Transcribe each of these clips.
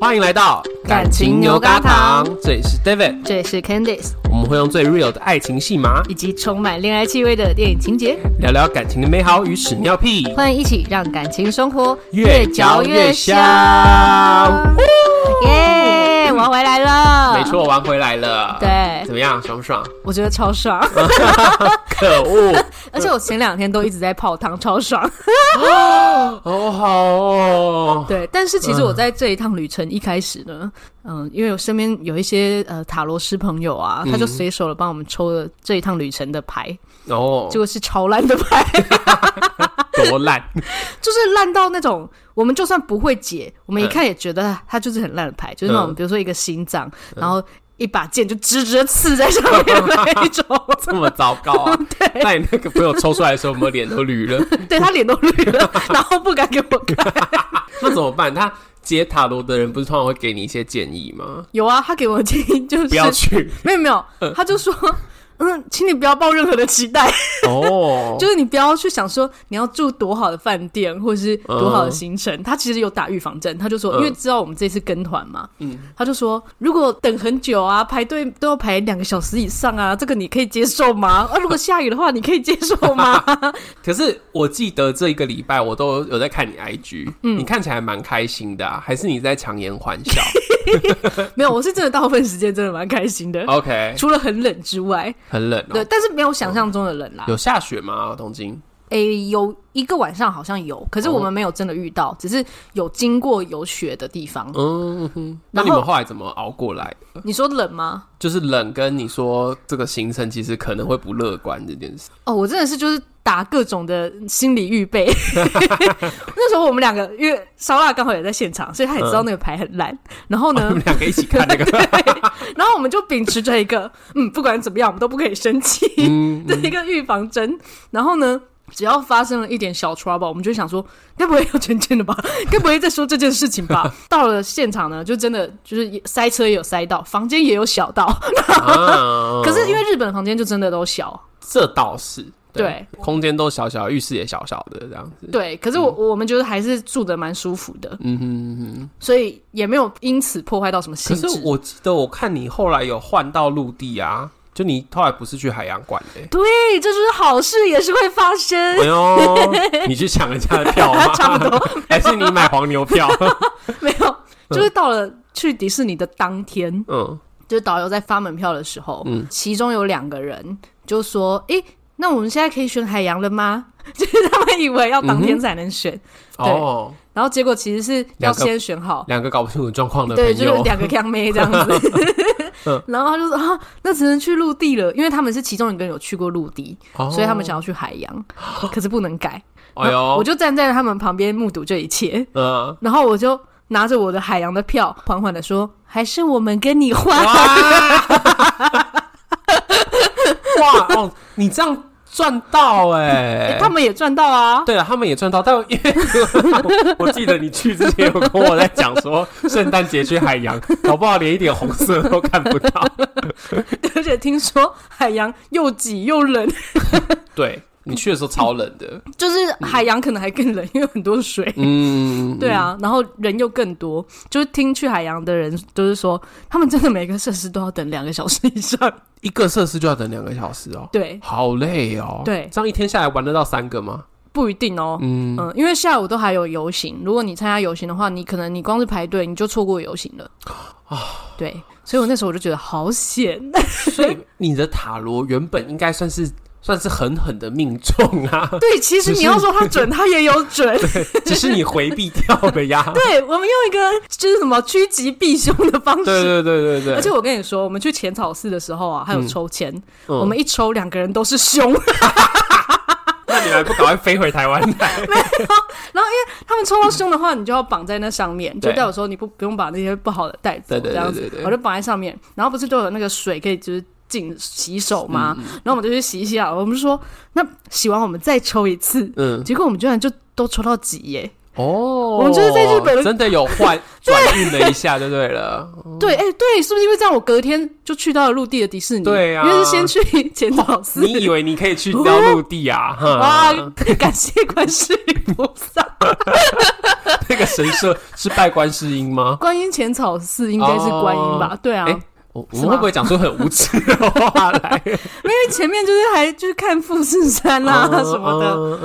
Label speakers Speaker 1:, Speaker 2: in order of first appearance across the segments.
Speaker 1: 欢迎来到
Speaker 2: 感情牛轧糖，
Speaker 1: 这里是 David，
Speaker 2: 这里是 Candice，
Speaker 1: 我们会用最 real 的爱情戏码
Speaker 2: 以及充满恋爱气味的电影情节，
Speaker 1: 聊聊感情的美好与屎尿屁，
Speaker 2: 欢迎一起让感情生活
Speaker 1: 香。
Speaker 2: 耶！我回来了，
Speaker 1: 没，错，玩回来了，
Speaker 2: 对
Speaker 1: 怎么样，爽不爽？
Speaker 2: 我觉得超爽，
Speaker 1: 嗯可 恶！
Speaker 2: 而且我前两天都一直在泡汤，超爽。
Speaker 1: 嗯哦好哦，
Speaker 2: 对，但是其实我在这一趟旅程一开始呢，嗯，因为我身边有一些呃塔罗师朋友啊，
Speaker 1: 嗯
Speaker 2: 他就随手的帮我们抽了这一趟旅程的牌，
Speaker 1: 哦
Speaker 2: 结，果是超烂的牌。
Speaker 1: 多烂，
Speaker 2: 就是烂到那种，我们就算不会解，我们一看也觉得它就是很烂的牌，就是那种
Speaker 1: 嗯
Speaker 2: 比如说一个心脏，然后一把剑就直直的刺在上面的那 一种。
Speaker 1: 这么糟糕 啊！那你那个朋友抽出来的时候，我们脸都绿了，
Speaker 2: 对他脸都绿了，然后不敢给我看。
Speaker 1: 那怎么办？他解塔罗的人不是通常会给你一些建议吗？
Speaker 2: 有啊，他给我的建议 就是
Speaker 1: 不要去
Speaker 2: 没有没有，他就说。嗯，请你不要抱任何的期待，
Speaker 1: 哦，
Speaker 2: 就是你不要去想说你要住多好的饭店，或者是多好的行程。他其实有打预防针，他就说，
Speaker 1: 嗯
Speaker 2: 因为知道我们这次跟团嘛，
Speaker 1: 嗯
Speaker 2: 他就说，如果等很久啊，排队都要排两个小时以上啊，这个你可以接受吗？啊，如果下雨的话，你可以接受吗？
Speaker 1: 可是我记得这一个礼拜我都有在看你 IG，、你
Speaker 2: 嗯
Speaker 1: 看起来蛮开心的、啊，还是你在强颜欢 笑
Speaker 2: 没有，我是真的大部分时间真的蛮开心的，
Speaker 1: ？OK，
Speaker 2: 除了很冷之外，
Speaker 1: 很冷哦、
Speaker 2: 对，但是没有想象中的冷啦。
Speaker 1: 有下雪吗？东京？
Speaker 2: 诶、有一个晚上好像有，可是我
Speaker 1: 哦
Speaker 2: 们没有真的遇到，只是有经过有雪的地方。
Speaker 1: 嗯哼，那
Speaker 2: 然后
Speaker 1: 你们后来怎么熬过来？
Speaker 2: 你说冷吗？
Speaker 1: 就是冷跟你说这个行程其实可能会不乐观这件 事，
Speaker 2: 哦，我真的是就是打各种的心理预备。 那时候我们两个，因为烧腊刚好也在现场，所以他也知道那个牌很烂。然后
Speaker 1: 我
Speaker 2: 呢
Speaker 1: 嗯哦们，两个一起看那 个，
Speaker 2: 然后我们就秉持着一个，嗯，不管怎么样，我们都不可以生气、
Speaker 1: 嗯，
Speaker 2: 的一个预防针。然后呢，只要发生了一点小 trouble，我们就想说，该不会要全签了吧？该不会在说这件事情吧？到了现场呢，就真的就是也塞车也有塞到，房间也有小到，
Speaker 1: 啊
Speaker 2: 可是因为日本的房间就真的都小，
Speaker 1: 这倒是
Speaker 2: 对，
Speaker 1: 空间都小小，浴室也小小的这样子，
Speaker 2: 对，可是我、我们觉得还是住的蛮舒服的，
Speaker 1: 嗯哼嗯哼。
Speaker 2: 所以也没有因此破坏到什么
Speaker 1: 可
Speaker 2: 性质。
Speaker 1: 是我记得我看你后来有换到陆地啊，就你后来不是去海洋馆的、欸
Speaker 2: 对，这就是好事也是会发 生
Speaker 1: 哎。 呦，你去抢人家的票吗？
Speaker 2: 差不多，
Speaker 1: 还是你买黄牛 票？
Speaker 2: 没有，就是到了去迪士尼的当天，
Speaker 1: 嗯，
Speaker 2: 就是导游在发门票的时候，
Speaker 1: 嗯
Speaker 2: 其中有两个人就说：“诶，那我们现在可以选海洋了吗？” 就是他们以为要
Speaker 1: 嗯
Speaker 2: 当天才能选，
Speaker 1: 哦，
Speaker 2: 然后结果其实是要
Speaker 1: 两个
Speaker 2: 先选好，
Speaker 1: 两个搞不清楚状况的朋
Speaker 2: 对，就是
Speaker 1: 友，嗯
Speaker 2: 两个 gang 妹这 样子。 然后他就说啊，那只能去陆地了，因为他们是其中一个人有去过陆地，
Speaker 1: 哦
Speaker 2: 所以他们想要去海 洋，可是不能改。
Speaker 1: 哎
Speaker 2: 然后
Speaker 1: 呦
Speaker 2: 我，就站在他们旁边目睹这一切，
Speaker 1: 嗯，
Speaker 2: 然后我就拿着我的海洋的票，缓缓的说：“还是我们跟你换。
Speaker 1: 哇，哇哦，你这样赚到哎、
Speaker 2: 诶他们也赚到啊，
Speaker 1: 对了，他们也赚到，但 因为我我记得你去之前有跟我在讲 说，圣诞节去海洋，搞不好连一点红色都看不到。
Speaker 2: 而且听说海洋又挤又冷，
Speaker 1: 对你去的时候超冷的，
Speaker 2: 就是海洋可能还更冷，因为很多水。
Speaker 1: 嗯，
Speaker 2: 对啊，然后人又更多，就是听去海洋的人都是说，他们真的每个设施都要等两个小时以 上。
Speaker 1: 一个设施就要等两个小时哦，
Speaker 2: 对，
Speaker 1: 好累哦。
Speaker 2: 对
Speaker 1: 这样一天下来玩得到三个吗？
Speaker 2: 不一定哦。
Speaker 1: 嗯，
Speaker 2: 嗯，因为下午都还有游行，如果你参加游行的话，你可能你光是排队你就错过游行了。
Speaker 1: 啊
Speaker 2: 对，所以我那时候我就觉得好 险。，
Speaker 1: 所以你的塔罗原本应该算是算是狠狠的命中啊
Speaker 2: 对，其实你要说它准，它也有 准。
Speaker 1: 只是你回避掉了呀。
Speaker 2: 对，我们用一个就是什么趋吉避凶的方式。
Speaker 1: 对对对对对，
Speaker 2: 而且我跟你说，我们去浅草寺的时候啊，还有
Speaker 1: 嗯
Speaker 2: 抽签，
Speaker 1: 嗯
Speaker 2: 我们一抽两个人都是凶，
Speaker 1: 那你还不赶快飞回台湾来？
Speaker 2: 他们抽到凶的话，你就要绑在那上面，就
Speaker 1: 对
Speaker 2: 代表说你不不用把那些不好的带
Speaker 1: 对
Speaker 2: 走，
Speaker 1: 对对
Speaker 2: 这样
Speaker 1: 对
Speaker 2: 子
Speaker 1: 对对，
Speaker 2: 我就绑在上面。然后不是都有那个水可以就是进洗手吗？
Speaker 1: 嗯
Speaker 2: 然后我们就去洗一洗啊。我们就说那洗完我们再抽一 次，
Speaker 1: 嗯，
Speaker 2: 结果我们居然就都抽到几耶。
Speaker 1: 哦，
Speaker 2: 我们就是在日本的
Speaker 1: 真的有 换转运了一下，就对了。
Speaker 2: 对，哎、对，是不是因为这样我隔天就去到了陆地的迪士尼？
Speaker 1: 对啊
Speaker 2: 因为是先去浅草寺。
Speaker 1: 你以为你可以去掉陆地啊？
Speaker 2: 哇
Speaker 1: 哈，，
Speaker 2: 感谢观世音菩萨！
Speaker 1: 那个神社是拜观世音吗？
Speaker 2: 观音浅草寺应该是观音吧？
Speaker 1: 哦
Speaker 2: 对啊，
Speaker 1: 哎我我
Speaker 2: 是
Speaker 1: 们
Speaker 2: 吗
Speaker 1: 会不会讲出很无耻的话来？
Speaker 2: 因为前面就是还就是看富士山啦、啊 什么的。
Speaker 1: 嗯，嗯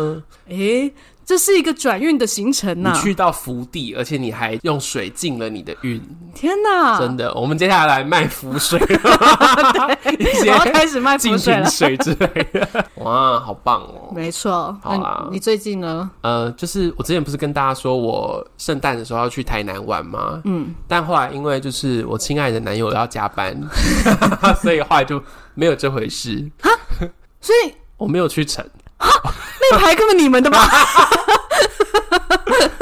Speaker 1: 嗯
Speaker 2: 诶、这是一个转运的行程呐、
Speaker 1: 你去到福地，而且你还用水进了你的运，
Speaker 2: 天哪！
Speaker 1: 真的。我们接下来卖福水， 一些
Speaker 2: 然后开始卖
Speaker 1: 进
Speaker 2: 浮水
Speaker 1: 泉
Speaker 2: 了。
Speaker 1: 水之类的，哇，好棒哦！
Speaker 2: 没错，
Speaker 1: 好啊啦
Speaker 2: 那你你最近呢？
Speaker 1: 呃，就是我之前不是跟大家说我圣诞的时候要去台南玩吗？
Speaker 2: 嗯，
Speaker 1: 但后来因为就是我亲爱的男友要加班， 所以后来就没有这回事，
Speaker 2: 所以
Speaker 1: 我没有去成。
Speaker 2: 那个牌根本你们 的吧？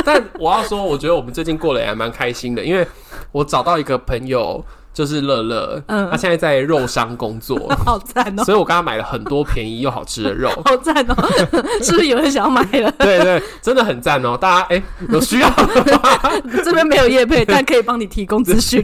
Speaker 1: 但我要说，我觉得我们最近过得也还蛮开心的，因为我找到一个朋友，就是乐乐，
Speaker 2: 嗯
Speaker 1: 他现在在肉商工 作，
Speaker 2: 好赞哦、
Speaker 1: 所以我刚刚买了很多便宜又好吃的肉。
Speaker 2: 好赞哦、 是不是有人想要买 了？
Speaker 1: 对对，真的很赞哦！大家哎、有需要 的话，
Speaker 2: 这边没有业配，但可以帮你提供资讯。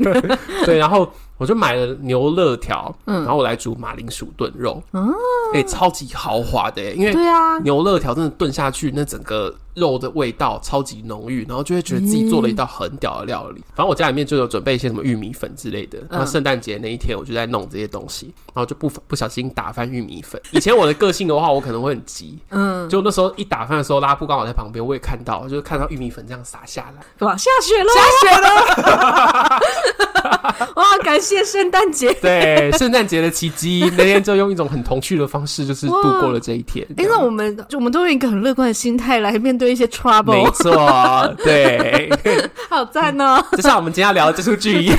Speaker 1: 对，然后我就买了牛肋条，
Speaker 2: 嗯
Speaker 1: 然后我来煮马铃薯炖肉，
Speaker 2: 嗯
Speaker 1: 哎、超级豪华的耶，因为
Speaker 2: 对啊，
Speaker 1: 牛肋条真的炖下去，那整个肉的味道超级浓郁，然后就会觉得自己做了一道很屌的料
Speaker 2: 嗯
Speaker 1: 理。反正我家里面就有准备一些什么玉米粉之类的。那圣诞节那一天，我就在弄这些东西，然后就不不小心打翻玉米粉。 以前我的个性的话，我可能会很急，
Speaker 2: 嗯，
Speaker 1: 就那时候一打翻的时候，拉布刚好在旁边，我也看到，就是看到玉米粉这样洒下 来。
Speaker 2: 对吧？下雪了，下雪了！ 哇，感谢圣诞节。
Speaker 1: 对，圣诞节的奇迹，那天就用一种很童趣的方式，就是度过了这一 天。
Speaker 2: 哎、那我们我们都用一个很乐观的心态来面对一些
Speaker 1: 没
Speaker 2: trouble，
Speaker 1: 错， 对，
Speaker 2: 好赞哦、
Speaker 1: 就像我们今天要聊的这出剧一样。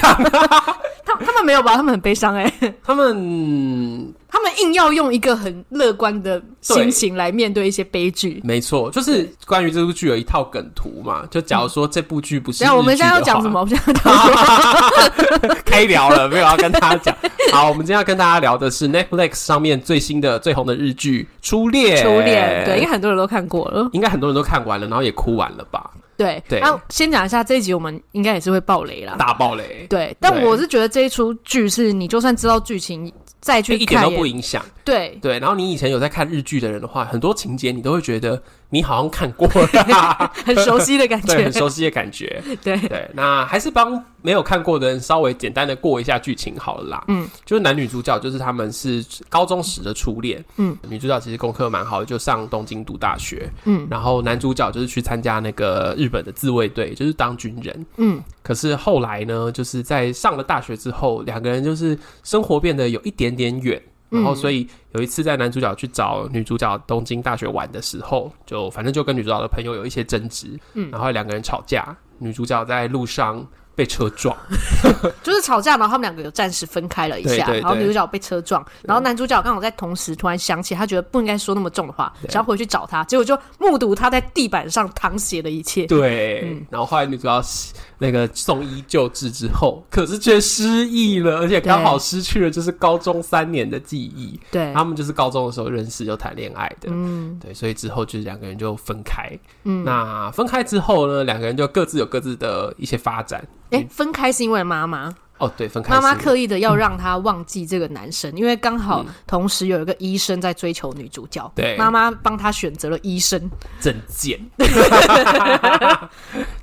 Speaker 2: 他他们没有吧？他们很悲伤哎、
Speaker 1: 他们
Speaker 2: 他们硬要用一个很乐观的心情来面对一些悲剧。
Speaker 1: 没错，就是关于这部剧有一套梗图嘛。就假如说这部剧不是，
Speaker 2: 然后我们现在要讲什么？？我们现在要讲什么？
Speaker 1: 开聊了，没有啊要跟大家讲。好，我们今天要跟大家聊的是 Netflix 上面最新的、最红的日剧《初恋》。
Speaker 2: 初恋，
Speaker 1: 哎
Speaker 2: 对，应该很多人都看过了。
Speaker 1: 应该很多人都看完了，然后也哭完了吧？
Speaker 2: 对，
Speaker 1: 对
Speaker 2: 那、先讲一下这一集，我们应该也是会爆雷啦。
Speaker 1: 大爆雷，
Speaker 2: 对，但
Speaker 1: 对
Speaker 2: 我是觉得这一出剧是你就算知道剧情再
Speaker 1: 就
Speaker 2: 去
Speaker 1: 一点
Speaker 2: 看
Speaker 1: 都
Speaker 2: 也，
Speaker 1: 不影响。
Speaker 2: 对，
Speaker 1: 对，然后你以前有在看日剧的人的话，很多情节你都会觉得你好像看过 了，
Speaker 2: 很熟悉的感
Speaker 1: 对，
Speaker 2: 觉
Speaker 1: 很。熟悉的感觉。
Speaker 2: 对，
Speaker 1: 对，那还是帮没有看过的人稍微简单的过一下剧情好了啦。
Speaker 2: 嗯，
Speaker 1: 就是男女主角就是他们是高中时的初恋。
Speaker 2: 嗯，
Speaker 1: 女主角其实功课蛮好的，就上东京读大学。
Speaker 2: 嗯
Speaker 1: 然后男主角就是去参加那个日本的自卫队，就是当军人。
Speaker 2: 嗯，
Speaker 1: 可是后来呢，就是在上了大学之后，两个人就是生活变得有一点点远。
Speaker 2: 嗯
Speaker 1: 然后，所以有一次在男主角去找女主角东京大学玩的时候，就反正就跟女主角的朋友有一些争执，
Speaker 2: 嗯
Speaker 1: 然后两个人吵架，女主角在路上被车撞，
Speaker 2: 就是吵架，然后他们两个有暂时分开了一下，
Speaker 1: 对对
Speaker 2: 然后
Speaker 1: 对
Speaker 2: 女主角被车撞，然后男主角刚好在同时突然想起，他觉得不应该说那么重的话，
Speaker 1: 对
Speaker 2: 想要回去找她，结果就目睹她在地板上淌血的一切。
Speaker 1: 对，
Speaker 2: 嗯
Speaker 1: 然后后来女主角那个送医救治之后，可是却失忆了，而且刚好失去了就是高中三年的记忆，
Speaker 2: 对，
Speaker 1: 他们就是高中的时候认识又谈恋爱的，
Speaker 2: 嗯
Speaker 1: 对，所以之后就是两个人就分开。
Speaker 2: 嗯，
Speaker 1: 那分开之后呢，两个人就各自有各自的一些发展。
Speaker 2: 哎、分开是因为妈妈，
Speaker 1: 哦，对，嗯分开嗯
Speaker 2: 妈妈
Speaker 1: 是
Speaker 2: 刻意的要让他忘记这个男生，因为刚好同时有一个医生在追求女主角，
Speaker 1: 对
Speaker 2: 妈妈帮他选择了医生，
Speaker 1: 证件。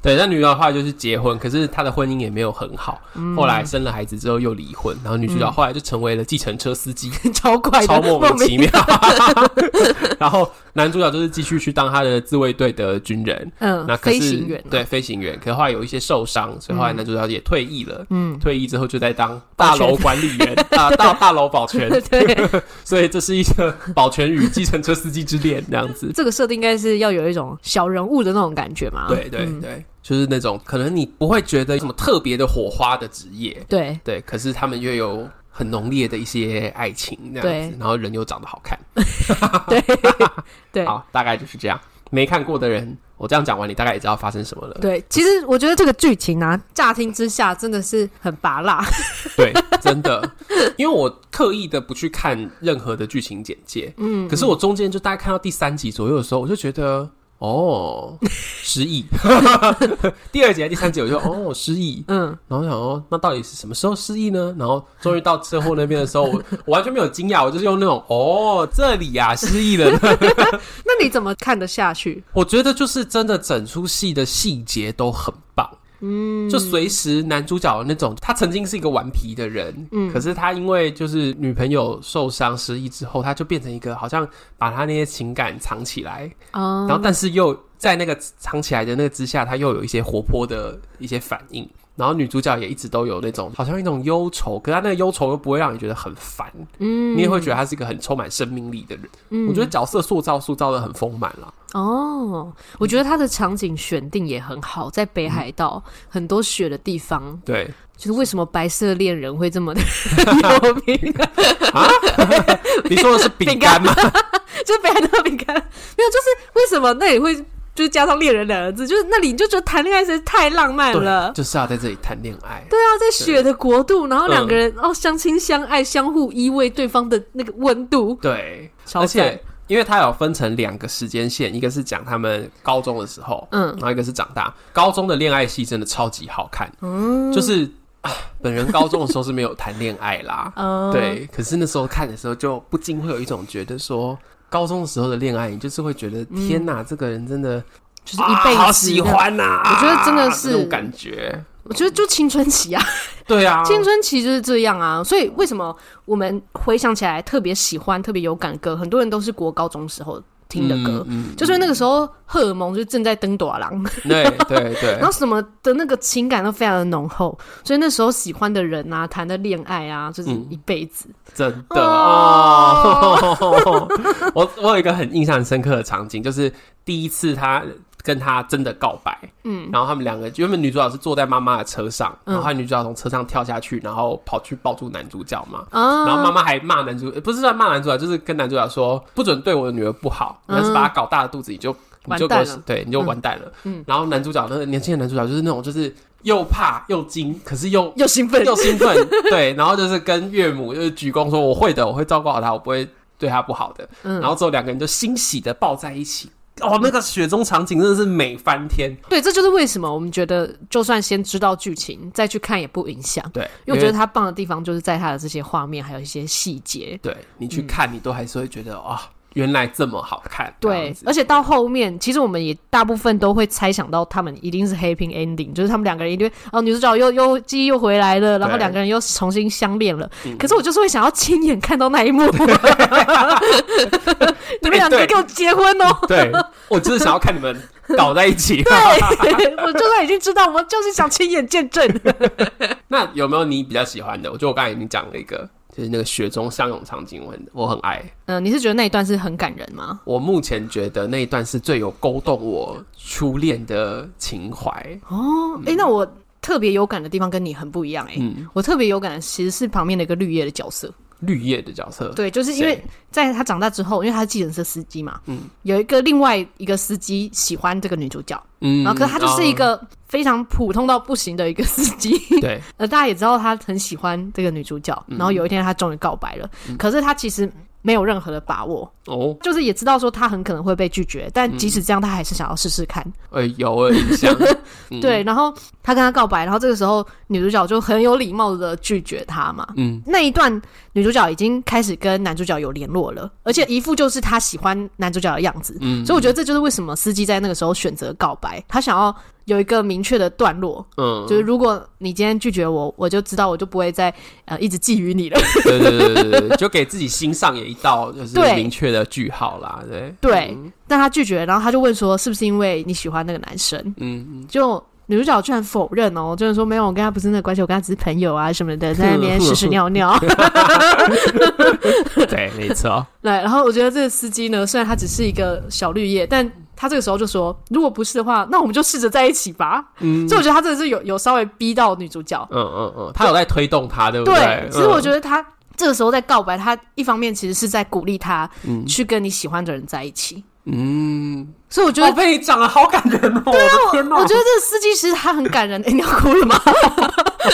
Speaker 1: 对，那女主角的话就是结婚，可是她的婚姻也没有很好。
Speaker 2: 嗯
Speaker 1: 后来生了孩子之后又离婚，然后女主角后来就成为了计程车司 机，
Speaker 2: 超快
Speaker 1: 超
Speaker 2: 嗯的，
Speaker 1: 莫名其妙。 然后男主角就是继续去当他的自卫队的军人，
Speaker 2: 嗯
Speaker 1: 那，可是
Speaker 2: 飞行员、，
Speaker 1: 对飞行员，可是后来有一些受伤，所以后来男主角也退役了。
Speaker 2: 嗯，
Speaker 1: 退役之后就在当大
Speaker 2: 保全
Speaker 1: 楼管理 员啊，大大楼保全，
Speaker 2: 对，
Speaker 1: 所以这是一个保全与计程车司机之恋这样子。
Speaker 2: 这个设定应该是要有一种小人物的那种感觉嘛，
Speaker 1: 对对
Speaker 2: 嗯
Speaker 1: 对，就是那种可能你不会觉得有什么特别的火花的职业，
Speaker 2: 对。
Speaker 1: 对，可是他们又有很浓烈的一些爱情那样子
Speaker 2: 对，
Speaker 1: 然后人又长得好看，
Speaker 2: 对 对
Speaker 1: 好，大概就是这样。没看过的人，我这样讲完，你大概也知道发生什么了。
Speaker 2: 对，其实我觉得这个剧情啊，乍听之下真的是很拔辣。
Speaker 1: 对，真的，因为我刻意的不去看任何的剧情
Speaker 2: 嗯
Speaker 1: 简介，嗯，可是我中间就大概看到第三集左右的时候，我就觉得，哦，失忆。 第二节、第三节我就哦失忆，
Speaker 2: 嗯，
Speaker 1: 然后想哦，那到底是什么时候失忆呢？然后终于到车祸那边的时候，我 我完全没有惊讶，我就是用那种哦这里呀、失忆了 呢，
Speaker 2: 那你怎么看得下去？
Speaker 1: 我觉得就是真的，整出戏的细节都很棒。嗯，就随时男主角那种，他曾经是一个顽皮的人，嗯，可是他因为就是女朋友受伤失忆之后，他就变成一个好像把他那些情感藏起来，
Speaker 2: 啊、
Speaker 1: 然后但是又在那个藏起来的那个之下，他又有一些活泼的一些反应。然后女主角也一直都有那种好像一种忧愁，可是她那个忧愁又不会让你觉得很烦，
Speaker 2: 嗯
Speaker 1: 你也会觉得她是一个很充满生命力的人。
Speaker 2: 嗯
Speaker 1: 我觉得角色塑造塑造的很丰满了。
Speaker 2: 哦，
Speaker 1: 嗯
Speaker 2: 我觉得它的场景选定也很好，在北海道、很多雪的地方，
Speaker 1: 对，
Speaker 2: 就是为什么白色恋人会 这么的有名，
Speaker 1: 啊你说的是饼干吗？
Speaker 2: 就是北海道饼干没有，就是为什么那里会就是加上恋人两个字，就是那里你就觉得谈恋爱实在是太浪漫了
Speaker 1: 对，。就是要在这里谈恋爱。
Speaker 2: 对啊，在雪的国度，然后两个人、哦相亲相爱，相互依偎对方的那个温度，
Speaker 1: 对，
Speaker 2: 超
Speaker 1: 而
Speaker 2: 赞
Speaker 1: 且。因为它有分成两个时间线，一个是讲他们高中的时候，
Speaker 2: 嗯，
Speaker 1: 然后一个是长大。高中的恋爱戏真的超级好看，嗯，就是啊本人高中的时候是没有谈恋爱啦
Speaker 2: 嗯，，
Speaker 1: 对，可是那时候看的时候就不禁会有一种觉得说，高中的时候的恋爱，你就是会觉得天哪，这个人真的
Speaker 2: 嗯就是一辈子、
Speaker 1: 啊好喜。欢呐、
Speaker 2: 我觉得真的是
Speaker 1: 这种感觉，
Speaker 2: 我觉得就青春期啊，
Speaker 1: 对啊，
Speaker 2: 青春期就是这样啊。所以为什么我们回想起来特别喜欢、特别有感歌，很多人都是国高中时候听的歌，
Speaker 1: 嗯，嗯
Speaker 2: 就是那个时候荷尔蒙就正在登朵郎，
Speaker 1: 对对 对
Speaker 2: 然，后什么的那个情感都非常的浓厚，所以那时候喜欢的人啊，谈的恋爱啊，就是
Speaker 1: 嗯
Speaker 2: 一辈子。
Speaker 1: 真的哦， 我我有一个很印象深刻的场景，就是第一次他跟他真的告白，嗯，然后他们两个原本女主角是坐在妈妈的车上，
Speaker 2: 嗯
Speaker 1: 然后她女主角从车上跳下去，然后跑去抱住男主角嘛，
Speaker 2: 啊，
Speaker 1: 然后妈妈还骂男主，呃不是在骂男主角，就是跟男主角说不准对我的女儿不好，
Speaker 2: 嗯
Speaker 1: 你要是把她搞大了肚子，你就你就给我
Speaker 2: 完蛋了
Speaker 1: 对，你就完蛋了。
Speaker 2: 嗯
Speaker 1: 然后男主角那个年轻的男主角就是那种就是又怕又惊，可是又
Speaker 2: 又兴 奋
Speaker 1: 又兴 奋，对，然后就是跟岳母就是鞠躬说我会的，我会照顾好她，我不会对她不好的。
Speaker 2: 嗯
Speaker 1: 然后之后两个人就欣喜的抱在一起，哦，那个雪中场景真的是美翻天。
Speaker 2: 对，这就是为什么我们觉得，就算先知道剧情再去看也不影响，
Speaker 1: 对，
Speaker 2: 因为我觉得它棒的地方就是在它的这些画面，还有一些细节。
Speaker 1: 对你
Speaker 2: 嗯
Speaker 1: 去看，你都还是会觉得啊、原来这么好看。这样
Speaker 2: 对
Speaker 1: 子，
Speaker 2: 而且到后面，其实我们也大部分都会猜想到他们一定是 happy ending，就是他们两个人一定会哦，女主角又又记忆又回来了，然后
Speaker 1: 对
Speaker 2: 两个人又重新相恋了。
Speaker 1: 嗯
Speaker 2: 可是我就是会想要亲眼看到那 一幕，你们两个
Speaker 1: 对
Speaker 2: 给我结婚哦！
Speaker 1: 对，我就是想要看你们搞在一起。
Speaker 2: 对， 我就算已经知道，我就是想亲眼见 证。
Speaker 1: 那有没有你比较喜欢的？我觉得我刚才已经讲了一个，就是那个雪中相拥场景，我很我很爱。
Speaker 2: 嗯、你是觉得那一段是很感人吗？
Speaker 1: 我目前觉得那一段是最有勾动我初恋的情怀。
Speaker 2: 哦，哎、那我特别有感的地方跟你很不一样哎、
Speaker 1: 嗯，
Speaker 2: 我特别有感的其实是旁边的一个绿叶的角色，
Speaker 1: 绿叶的角色，
Speaker 2: 对，就是因为
Speaker 1: 谁
Speaker 2: 在他长大之后，因为他是计程车司机嘛，
Speaker 1: 嗯，
Speaker 2: 有一个另外一个司机喜欢这个女主角，
Speaker 1: 嗯
Speaker 2: 然后可是他就是一、个非常普通到不行的一个司机，
Speaker 1: 哦对，
Speaker 2: 呃，大家也知道他很喜欢这个女主角，
Speaker 1: 嗯
Speaker 2: 然后有一天他终于告白了，可是他其实没有任何的把握，
Speaker 1: 哦，
Speaker 2: 就是也知道说他很可能会被拒绝，
Speaker 1: 嗯
Speaker 2: 但即使这样，他还是想要试试看。
Speaker 1: 哎、有我有印象，嗯
Speaker 2: 对，，然后他跟他告白，然后这个时候女主角就很有礼貌的拒绝他嘛。
Speaker 1: 嗯，
Speaker 2: 那一段女主角已经开始跟男主角有联络了，而且一副就是她喜欢男主角的样子，
Speaker 1: 嗯
Speaker 2: 所以我觉得这就是为什么司机在那个时候选择告白，他想要有一个明确的段落，
Speaker 1: 嗯，
Speaker 2: 就是如果你今天拒绝我，我就知道我就不会再呃一直觊觎你了。
Speaker 1: 对对对对对对，就给自己心上也一道就是
Speaker 2: 对
Speaker 1: 明确的句号啦，对，
Speaker 2: 对，但他拒绝，然后他就问说是不是因为你喜欢那个男生？
Speaker 1: 嗯，
Speaker 2: 就女主角居然否认哦，就是说没有，我跟他不是那个关系，我跟他只是朋友啊什么的，在那边屎屎 尿尿。
Speaker 1: 嗯对，没错，
Speaker 2: 对，然后我觉得这个司机呢，虽然他只是一个小绿叶，但他这个时候就说，如果不是的话，那我们就试着在一起吧。
Speaker 1: 嗯
Speaker 2: 所以我觉得他真的是有有稍微逼到女主角。
Speaker 1: 嗯嗯嗯，他有在推动他，对嗯不
Speaker 2: 对，其实我觉
Speaker 1: 得，
Speaker 2: 得他这个时候在告白，他一方面其实是在鼓励他
Speaker 1: 嗯
Speaker 2: 去跟你喜欢的人在一起，
Speaker 1: 嗯，
Speaker 2: 所以我觉
Speaker 3: 宝
Speaker 2: 得，
Speaker 3: 贝，你长得好感人哦！我的天哪，
Speaker 2: 我觉得这个司机其实他很感人。哎、你要哭了吗？
Speaker 3: 得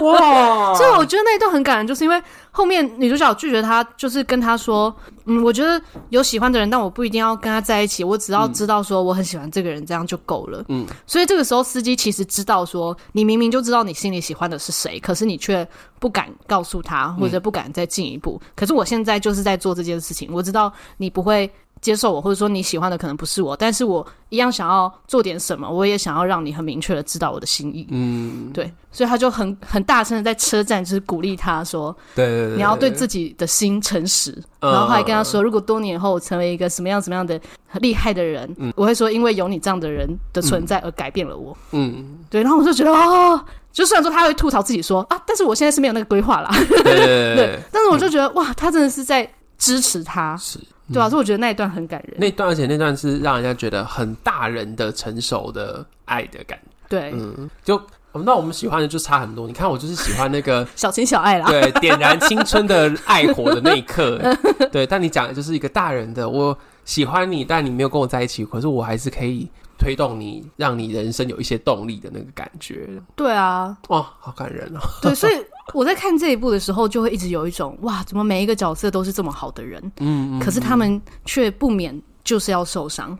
Speaker 3: 哇，
Speaker 1: 啊
Speaker 2: 所以我觉得那一段很感人，就是因为后面女主角拒绝他，就是跟他说：“嗯，我觉得有喜欢的人，但我不一定要跟他在一起，我只要知道说我很喜欢这个人，这样就够了。”
Speaker 1: 嗯，
Speaker 2: 所以这个时候司机其实知道说，你明明就知道你心里喜欢的是谁，可是你却不敢告诉他，或者不敢再进一步。可是我现在就是在做这件事情，我知道你不会。接受我，或者说你喜欢的可能不是我，但是我一样想要做点什么，我也想要让你很明确的知道我的心意。
Speaker 1: 嗯，
Speaker 2: 对，所以他就很很大声的在车站就是鼓励他说，
Speaker 1: 对对对，
Speaker 2: 你要对自己的心诚实。
Speaker 1: 嗯
Speaker 2: 然后还跟他说，如果多年后我成为一个什么样什么样的厉害的人，
Speaker 1: 嗯
Speaker 2: 我会说因为有你这样的人的存在而改变了我。
Speaker 1: 嗯，
Speaker 2: 对，然后我就觉得哦，就虽然说他会吐槽自己说啊，但是我现在是没有那个规划啦。
Speaker 1: 对对对
Speaker 2: 对
Speaker 1: 对，，
Speaker 2: 但是我就觉得、哇，他真的是在支持他，
Speaker 1: 嗯是嗯
Speaker 2: 对啊吧、所以我觉得那一段很感人。
Speaker 1: 那段，而且那段是让人家觉得很大人的成熟的爱的感觉。
Speaker 2: 对，
Speaker 1: 嗯，就哦那我们喜欢的就差很多。你看，我就是喜欢那个
Speaker 2: 小情小爱啦。
Speaker 1: 对点燃青春的爱火的那一刻，哎对。但你讲的就是一个大人的，我喜欢你，但你没有跟我在一起，可是我还是可以推动你，让你人生有一些动力的那个感觉。
Speaker 2: 对啊，
Speaker 1: 哇，好感人哦！
Speaker 2: 对，所 以我在看这一部的时候，就会一直有一种哇，怎么每一个角色都是这么好的人，
Speaker 1: 嗯
Speaker 2: 可是他们却不免就是要受伤。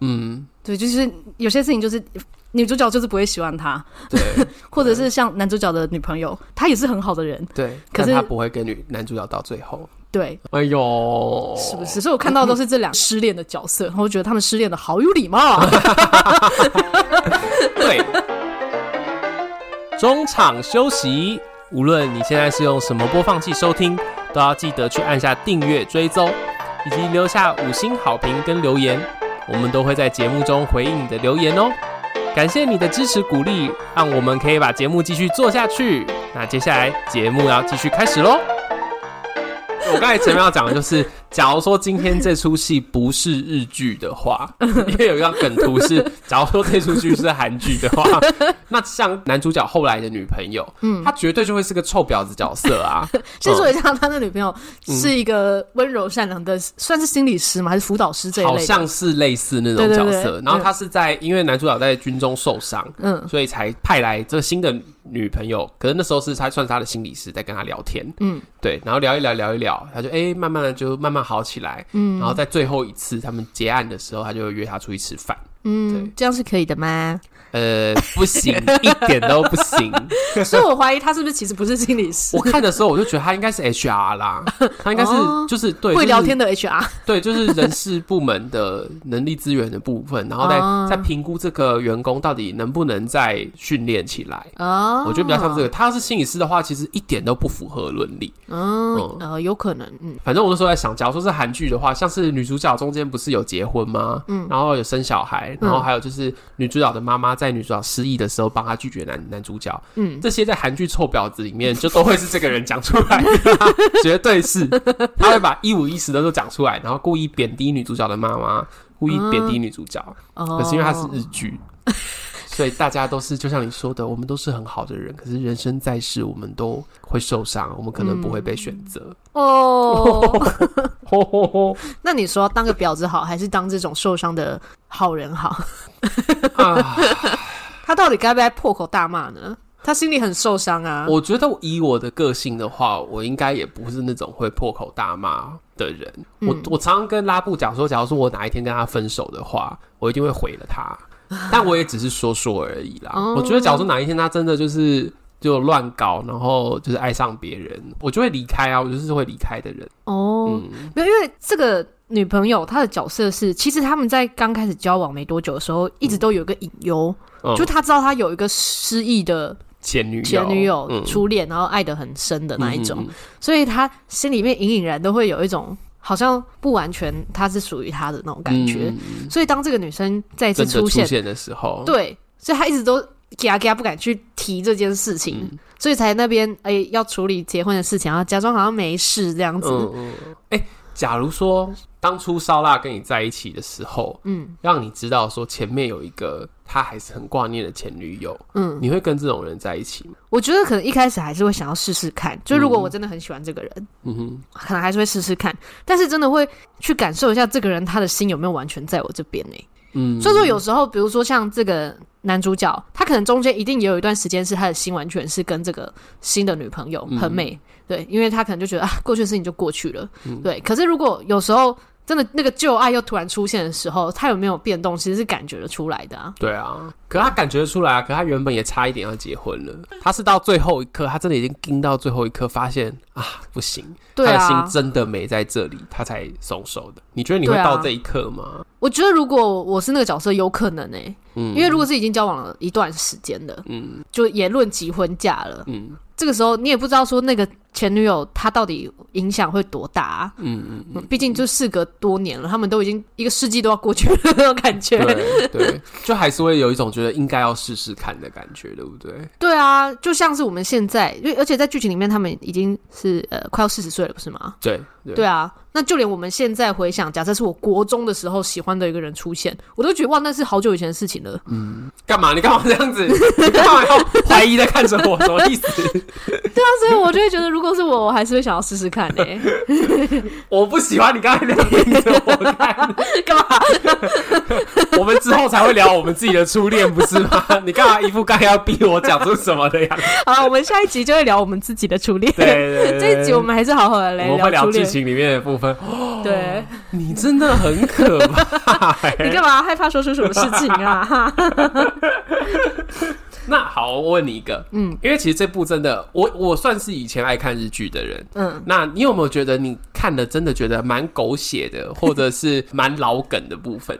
Speaker 1: 嗯，
Speaker 2: 对，就是有些事情就是女主角就是不会喜欢他，
Speaker 1: 对
Speaker 2: 或者是像男主角的女朋友，她也是很好的人，
Speaker 1: 对。
Speaker 2: 可是
Speaker 1: 但他不会跟女男主角到最后。
Speaker 2: 对，
Speaker 1: 哎呦，
Speaker 2: 是不是？所以我看到的都是这两失恋的角色，然后我觉得他们失恋的好有礼貌啊。
Speaker 1: 对。中场休息，无论你现在是用什么播放器收听，都要记得去按下订阅追踪，以及留下五星好评跟留言，我们都会在节目中回应你的留言哦。感谢你的支持鼓励，让我们可以把节目继续做下去。那接下来节目要继续开始喽。我刚才前面要讲的就是，假如说今天这出戏不是日剧的话， 因为有一张梗图是，假如说这出剧是韩剧的 话，那像男主角后来的女朋友，嗯，她绝对就会是个臭婊子角色啊。
Speaker 2: 先说一下，他的女朋友
Speaker 1: 嗯
Speaker 2: 是一个温柔善良的，算是心理师吗？还是辅导 师这一类
Speaker 1: 好
Speaker 2: 的？
Speaker 1: 像是类似那种
Speaker 2: 对对
Speaker 1: 角
Speaker 2: 对
Speaker 1: 色。然后
Speaker 2: 嗯
Speaker 1: 他是在因为男主角在军中受伤，
Speaker 2: 嗯
Speaker 1: 所以才派来这新的女朋友。可是那时候是他算是他的心理师在跟他聊天，
Speaker 2: 嗯，
Speaker 1: 对，然后聊一聊聊一聊，他就哎、诶慢慢的就慢慢好起来，嗯，然后在最后一次他们结案的时候，他就约他出去吃饭。
Speaker 2: 嗯，这样是可以的吗？
Speaker 1: 呃，不行，一点都不行。
Speaker 2: 所以我怀疑他是不是其实不是心理师
Speaker 1: 我，看的时候，我就觉得他应该是 HR 啦，他应该是
Speaker 2: 哦
Speaker 1: 就是对
Speaker 2: 会聊
Speaker 1: 就是
Speaker 2: 天的 HR。
Speaker 1: 对，就是人事部门的能力资源的部分，然后再、
Speaker 2: 哦
Speaker 1: 再评估这个员工到底能不能再训练起来。
Speaker 2: 哦，
Speaker 1: 我觉得比较像这个，他要是心理师的话，其实一点都不符合伦理。
Speaker 2: 嗯，呃，有可能，嗯，
Speaker 1: 反正我那时候在想，假如说是韩剧的话，像是女主角中间不是有结婚吗？嗯，然后有生小孩，
Speaker 2: 嗯
Speaker 1: 然后还有就是女主角的妈妈在女主角失忆的时候帮她拒绝男男主角，嗯，这些在韩剧臭婊子里面就都会是这个人讲出来的啊，绝对是，他会把一五一十的都讲出来，然后故意贬低女主角的妈妈，故意贬低女主角，
Speaker 2: 哦，
Speaker 1: 可是因为她是日剧。所以大家都是，就像你说的，我们都是很好的人，可是人生在世，我们都会受伤，我们可能不会被选择。
Speaker 2: 哦，
Speaker 1: 吼吼吼！
Speaker 2: 那你说当个婊子好，还是当这种受伤的好人好？
Speaker 1: 啊，
Speaker 2: 他到底该不该破口大骂呢？他心里很受伤啊。
Speaker 1: 我觉得以我的个性的话，我应该也不是那种会破口大骂的人。
Speaker 2: 嗯
Speaker 1: 我我常常跟拉布讲说，假如说我哪一天跟他分手的话，我一定会毁了他。但我也只是说说而已啦。
Speaker 2: 啊哦
Speaker 1: 我觉得，假如说哪一天他真的就是就乱搞，然后就是爱上别人，我就会离开啊。我就是会离开的人。
Speaker 2: 哦，
Speaker 1: 嗯
Speaker 2: 没有，因为这个女朋友她的角色是，其实他们在刚开始交往没多久的时候，一直都有一个隐忧，
Speaker 1: 嗯
Speaker 2: 就她知道她有一个失忆的
Speaker 1: 前女友，
Speaker 2: 前女友
Speaker 1: 嗯
Speaker 2: 初恋，然后爱得很深的那一种
Speaker 1: 嗯嗯，
Speaker 2: 所以她心里面隐隐然都会有一种好像不完全她是属于她的那种感觉。
Speaker 1: 嗯嗯嗯
Speaker 2: 所以当这个女生再次
Speaker 1: 真的
Speaker 2: 出
Speaker 1: 出
Speaker 2: 现，
Speaker 1: 现的时候，
Speaker 2: 对，所以她一直都嘎嘎不敢去提这件事情，
Speaker 1: 嗯
Speaker 2: 所以才那边哎、要处理结婚的事情，然后假装好像没事这样子。
Speaker 1: 嗯嗯，哎、假如说当初烧腊跟你在一起的时候，
Speaker 2: 嗯
Speaker 1: 让你知道说前面有一个他还是很挂念的前女友，
Speaker 2: 嗯，
Speaker 1: 你会跟这种人在一起吗？
Speaker 2: 我觉得可能一开始还是会想要试试看，就如果我真的很喜欢这个人，
Speaker 1: 嗯哼，
Speaker 2: 可能还是会试试看，但是真的会去感受一下这个人他的心有没有完全在我这边呢、
Speaker 1: 嗯，
Speaker 2: 所以说有时候，比如说像这个男主角，他可能中间一定也有一段时间是他的心完全是跟这个新的女朋友
Speaker 1: 嗯
Speaker 2: 很美，对，因为他可能就觉得啊，过去的事情就过去了，对。可是如果有时候真的那个旧爱又突然出现的时候，他有没有变动，其实是感觉得出来的啊。
Speaker 1: 对啊，可他感觉得出来啊，可他原本也差一点要结婚了，他是到最后一刻，他真的已经盯到最后一刻，发现啊不行，
Speaker 2: 对
Speaker 1: 他的
Speaker 2: 啊
Speaker 1: 心，真的没在这里，他才松手的。你觉得你会
Speaker 2: 对啊
Speaker 1: 到这一刻吗？
Speaker 2: 我觉得如果我是那个角色，有可能哎、
Speaker 1: 嗯，
Speaker 2: 因为如果是已经交往了一段时间的，
Speaker 1: 嗯
Speaker 2: 就言论及婚嫁了，
Speaker 1: 嗯
Speaker 2: 这个时候你也不知道说那个前女友她到底影响会多大、啊。
Speaker 1: 嗯嗯嗯，
Speaker 2: 嗯毕竟就事隔多年了，他们都已经一个世纪都要过去了那种感觉。
Speaker 1: 对对，就还是会有一种觉得应该要试试看的感觉，对不对？
Speaker 2: 对啊，就像是我们现在，因为而且在剧情里面，他们已经是呃快要四十岁了，不是吗？
Speaker 1: 对对
Speaker 2: 对啊，那就连我们现在回想，假设是我国中的时候喜欢的一个人出现，我都觉得哇，那是好久以前的事 情了。
Speaker 1: 干嘛？你干嘛这样子？ 你干嘛要怀疑的看着我？什么意思？
Speaker 2: 那啊所以我就会觉得，如果是我，我还是会想要试试看欸呢、
Speaker 1: 我不喜欢你刚才那样盯着我看。
Speaker 2: 干嘛？
Speaker 1: 我们之后才会聊我们自己的初恋，不是 吗？你干嘛一副刚才要逼我讲出什么的样子？
Speaker 2: 好了，我们下一集就会聊我们自己的初恋。
Speaker 1: 对对对，对
Speaker 2: 这一集我们还是好好的来
Speaker 1: 我们会
Speaker 2: 初
Speaker 1: 聊剧
Speaker 2: 恋。
Speaker 1: 情里面的部分。
Speaker 2: 对，
Speaker 1: 你真的很可怕、
Speaker 2: 你
Speaker 1: 欸。
Speaker 2: 干嘛害怕说出什么事情啊？
Speaker 1: 那好，我问你一个，嗯，因为其实这部真的，我我算是以前爱看日剧的人，
Speaker 2: 嗯，
Speaker 1: 那你有没有觉得你看的真的觉得蛮狗血的，或者是蛮老梗的部 分？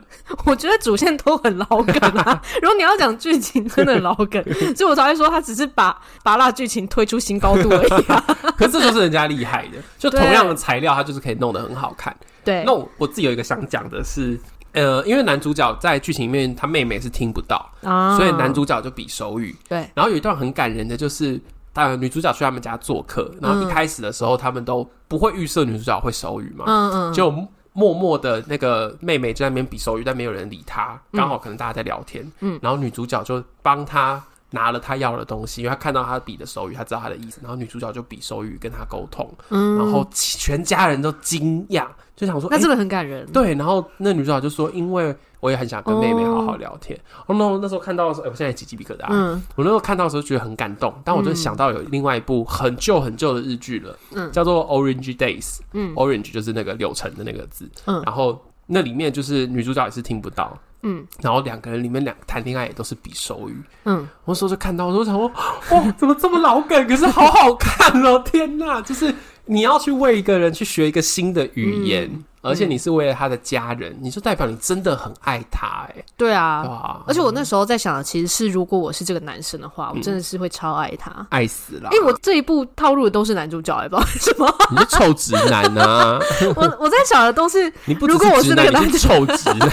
Speaker 2: 我觉得主线都很老梗 啊。如果你要讲剧情，真的很老梗，所以我才会说他只是把把辣剧情推出新高度而已、 啊。
Speaker 1: 可这就是人家厉害的，就同样的材料，它就是可以弄得很好看。
Speaker 2: 对
Speaker 1: 那，我我自己有一个想讲的是，呃，因为男主角在剧情里面他妹妹是听不到，
Speaker 2: 啊
Speaker 1: 所以男主角就比手语。
Speaker 2: 对，
Speaker 1: 然后有一段很感人的，就是呃女主角去他们家做客，然后一开始的时候他们都不会预设女主角会手语嘛，
Speaker 2: 嗯嗯，
Speaker 1: 就默默的那个妹妹就在那边比手语，但没有人理她，刚好可能大家在聊天，
Speaker 2: 嗯
Speaker 1: 然后女主角就帮她拿了她要的东西，因为她看到她比的手语，她知道她的意思，然后女主角就比手语跟她沟通，
Speaker 2: 嗯
Speaker 1: 然后全家人都惊讶，就想说，
Speaker 2: 那
Speaker 1: 诶
Speaker 2: 真的很感人。
Speaker 1: 对，然后那女主角就说，因为我也很想跟妹妹好好聊天。哦、no，那时候看到的时候，诶我现在起鸡皮疙瘩。
Speaker 2: 嗯
Speaker 1: 我那时候看到的时候觉得很感动，但我就想到有另外一部很旧很旧的日剧了，
Speaker 2: 嗯
Speaker 1: 叫做《Orange Days》，
Speaker 2: 嗯
Speaker 1: ，Orange 就是那个柳橙的那个字，
Speaker 2: 嗯
Speaker 1: 然后那里面就是女主角也是听不到，
Speaker 2: 嗯
Speaker 1: 然后两个人里面两谈恋爱也都是比手语，
Speaker 2: 嗯，
Speaker 1: 我那时候就看到，我就想说， 哇，怎么这么老梗？可是好好看哦！ 天哪，就是你要去为一个人去学一个新的语言，
Speaker 2: 嗯
Speaker 1: 而且你是为了他的家人，你就代表你真的很爱他、哎、
Speaker 2: 对啊。
Speaker 1: 哇，
Speaker 2: 而且我那时候在想的其实是，如果我是这个男生的
Speaker 1: 嗯
Speaker 2: 话，我真的是会超爱他。
Speaker 1: 爱死了！
Speaker 2: 因为我这一部套路的都是男主角，也不知道为什么。
Speaker 1: 你是臭直男啊！
Speaker 2: 我我在想的都是，
Speaker 1: 你不只
Speaker 2: 如果我
Speaker 1: 直
Speaker 2: 是那
Speaker 1: 男，
Speaker 2: 个男
Speaker 1: 你是臭直男，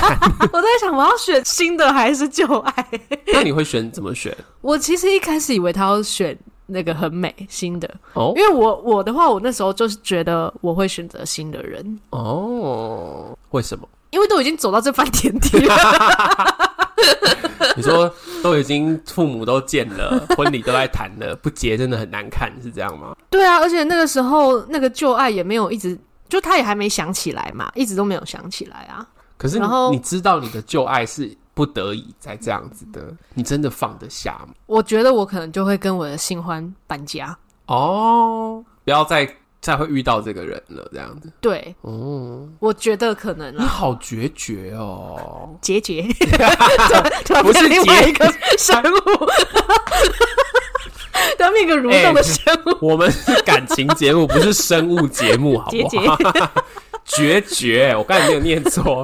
Speaker 2: 我在想我要选新的还是旧爱。
Speaker 1: 那你会选怎么选？
Speaker 2: 我其实一开始以为他要选那个很美新的，
Speaker 1: 哦
Speaker 2: 因为我我的话，我那时候就是觉得我会选择新的人，
Speaker 1: 哦，为什么？
Speaker 2: 因为都已经走到这番田地了，
Speaker 1: 你说都已经父母都见了，婚礼都在谈了，不结真的很难看，是这样吗？
Speaker 2: 对啊，而且那个时候那个旧爱也没有一直，就他也还没想起来嘛，一直都没有想起来啊。
Speaker 1: 可是你
Speaker 2: 然后
Speaker 1: 你知道你的旧爱是不得已才这样子的，你真的放得下吗？
Speaker 2: 我觉得我可能就会跟我的新欢搬家，
Speaker 1: 哦，不要再再会遇到这个人了，这样子。
Speaker 2: 对
Speaker 1: 哦，
Speaker 2: 我觉得可能
Speaker 1: 你
Speaker 2: 啊。。
Speaker 1: 好决绝哦
Speaker 2: 杰杰，突然突然
Speaker 1: 不是
Speaker 2: 变另外
Speaker 1: 杰
Speaker 2: 一个生物，突然变一个蠕动的
Speaker 1: 哎
Speaker 2: 生物。
Speaker 1: 我们是感情节目，不是生物节目，好 不好？决绝，我刚才没有念错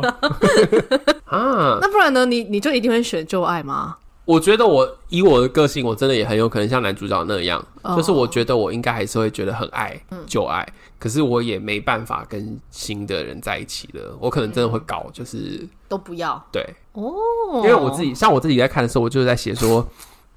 Speaker 1: 啊。
Speaker 2: 那不然呢？你你就一定会选旧爱吗？
Speaker 1: 我觉得我以我的个性，我真的也很有可能像男主角那样，
Speaker 2: 哦嗯
Speaker 1: 就是我觉得我应该还是会觉得很爱旧爱，可是我也没办法跟新的人在一起了，我可能真的会搞，就是
Speaker 2: 都不要
Speaker 1: 对，
Speaker 2: 哦，
Speaker 1: 因为我自己像我自己在看的时候，我就是在写说，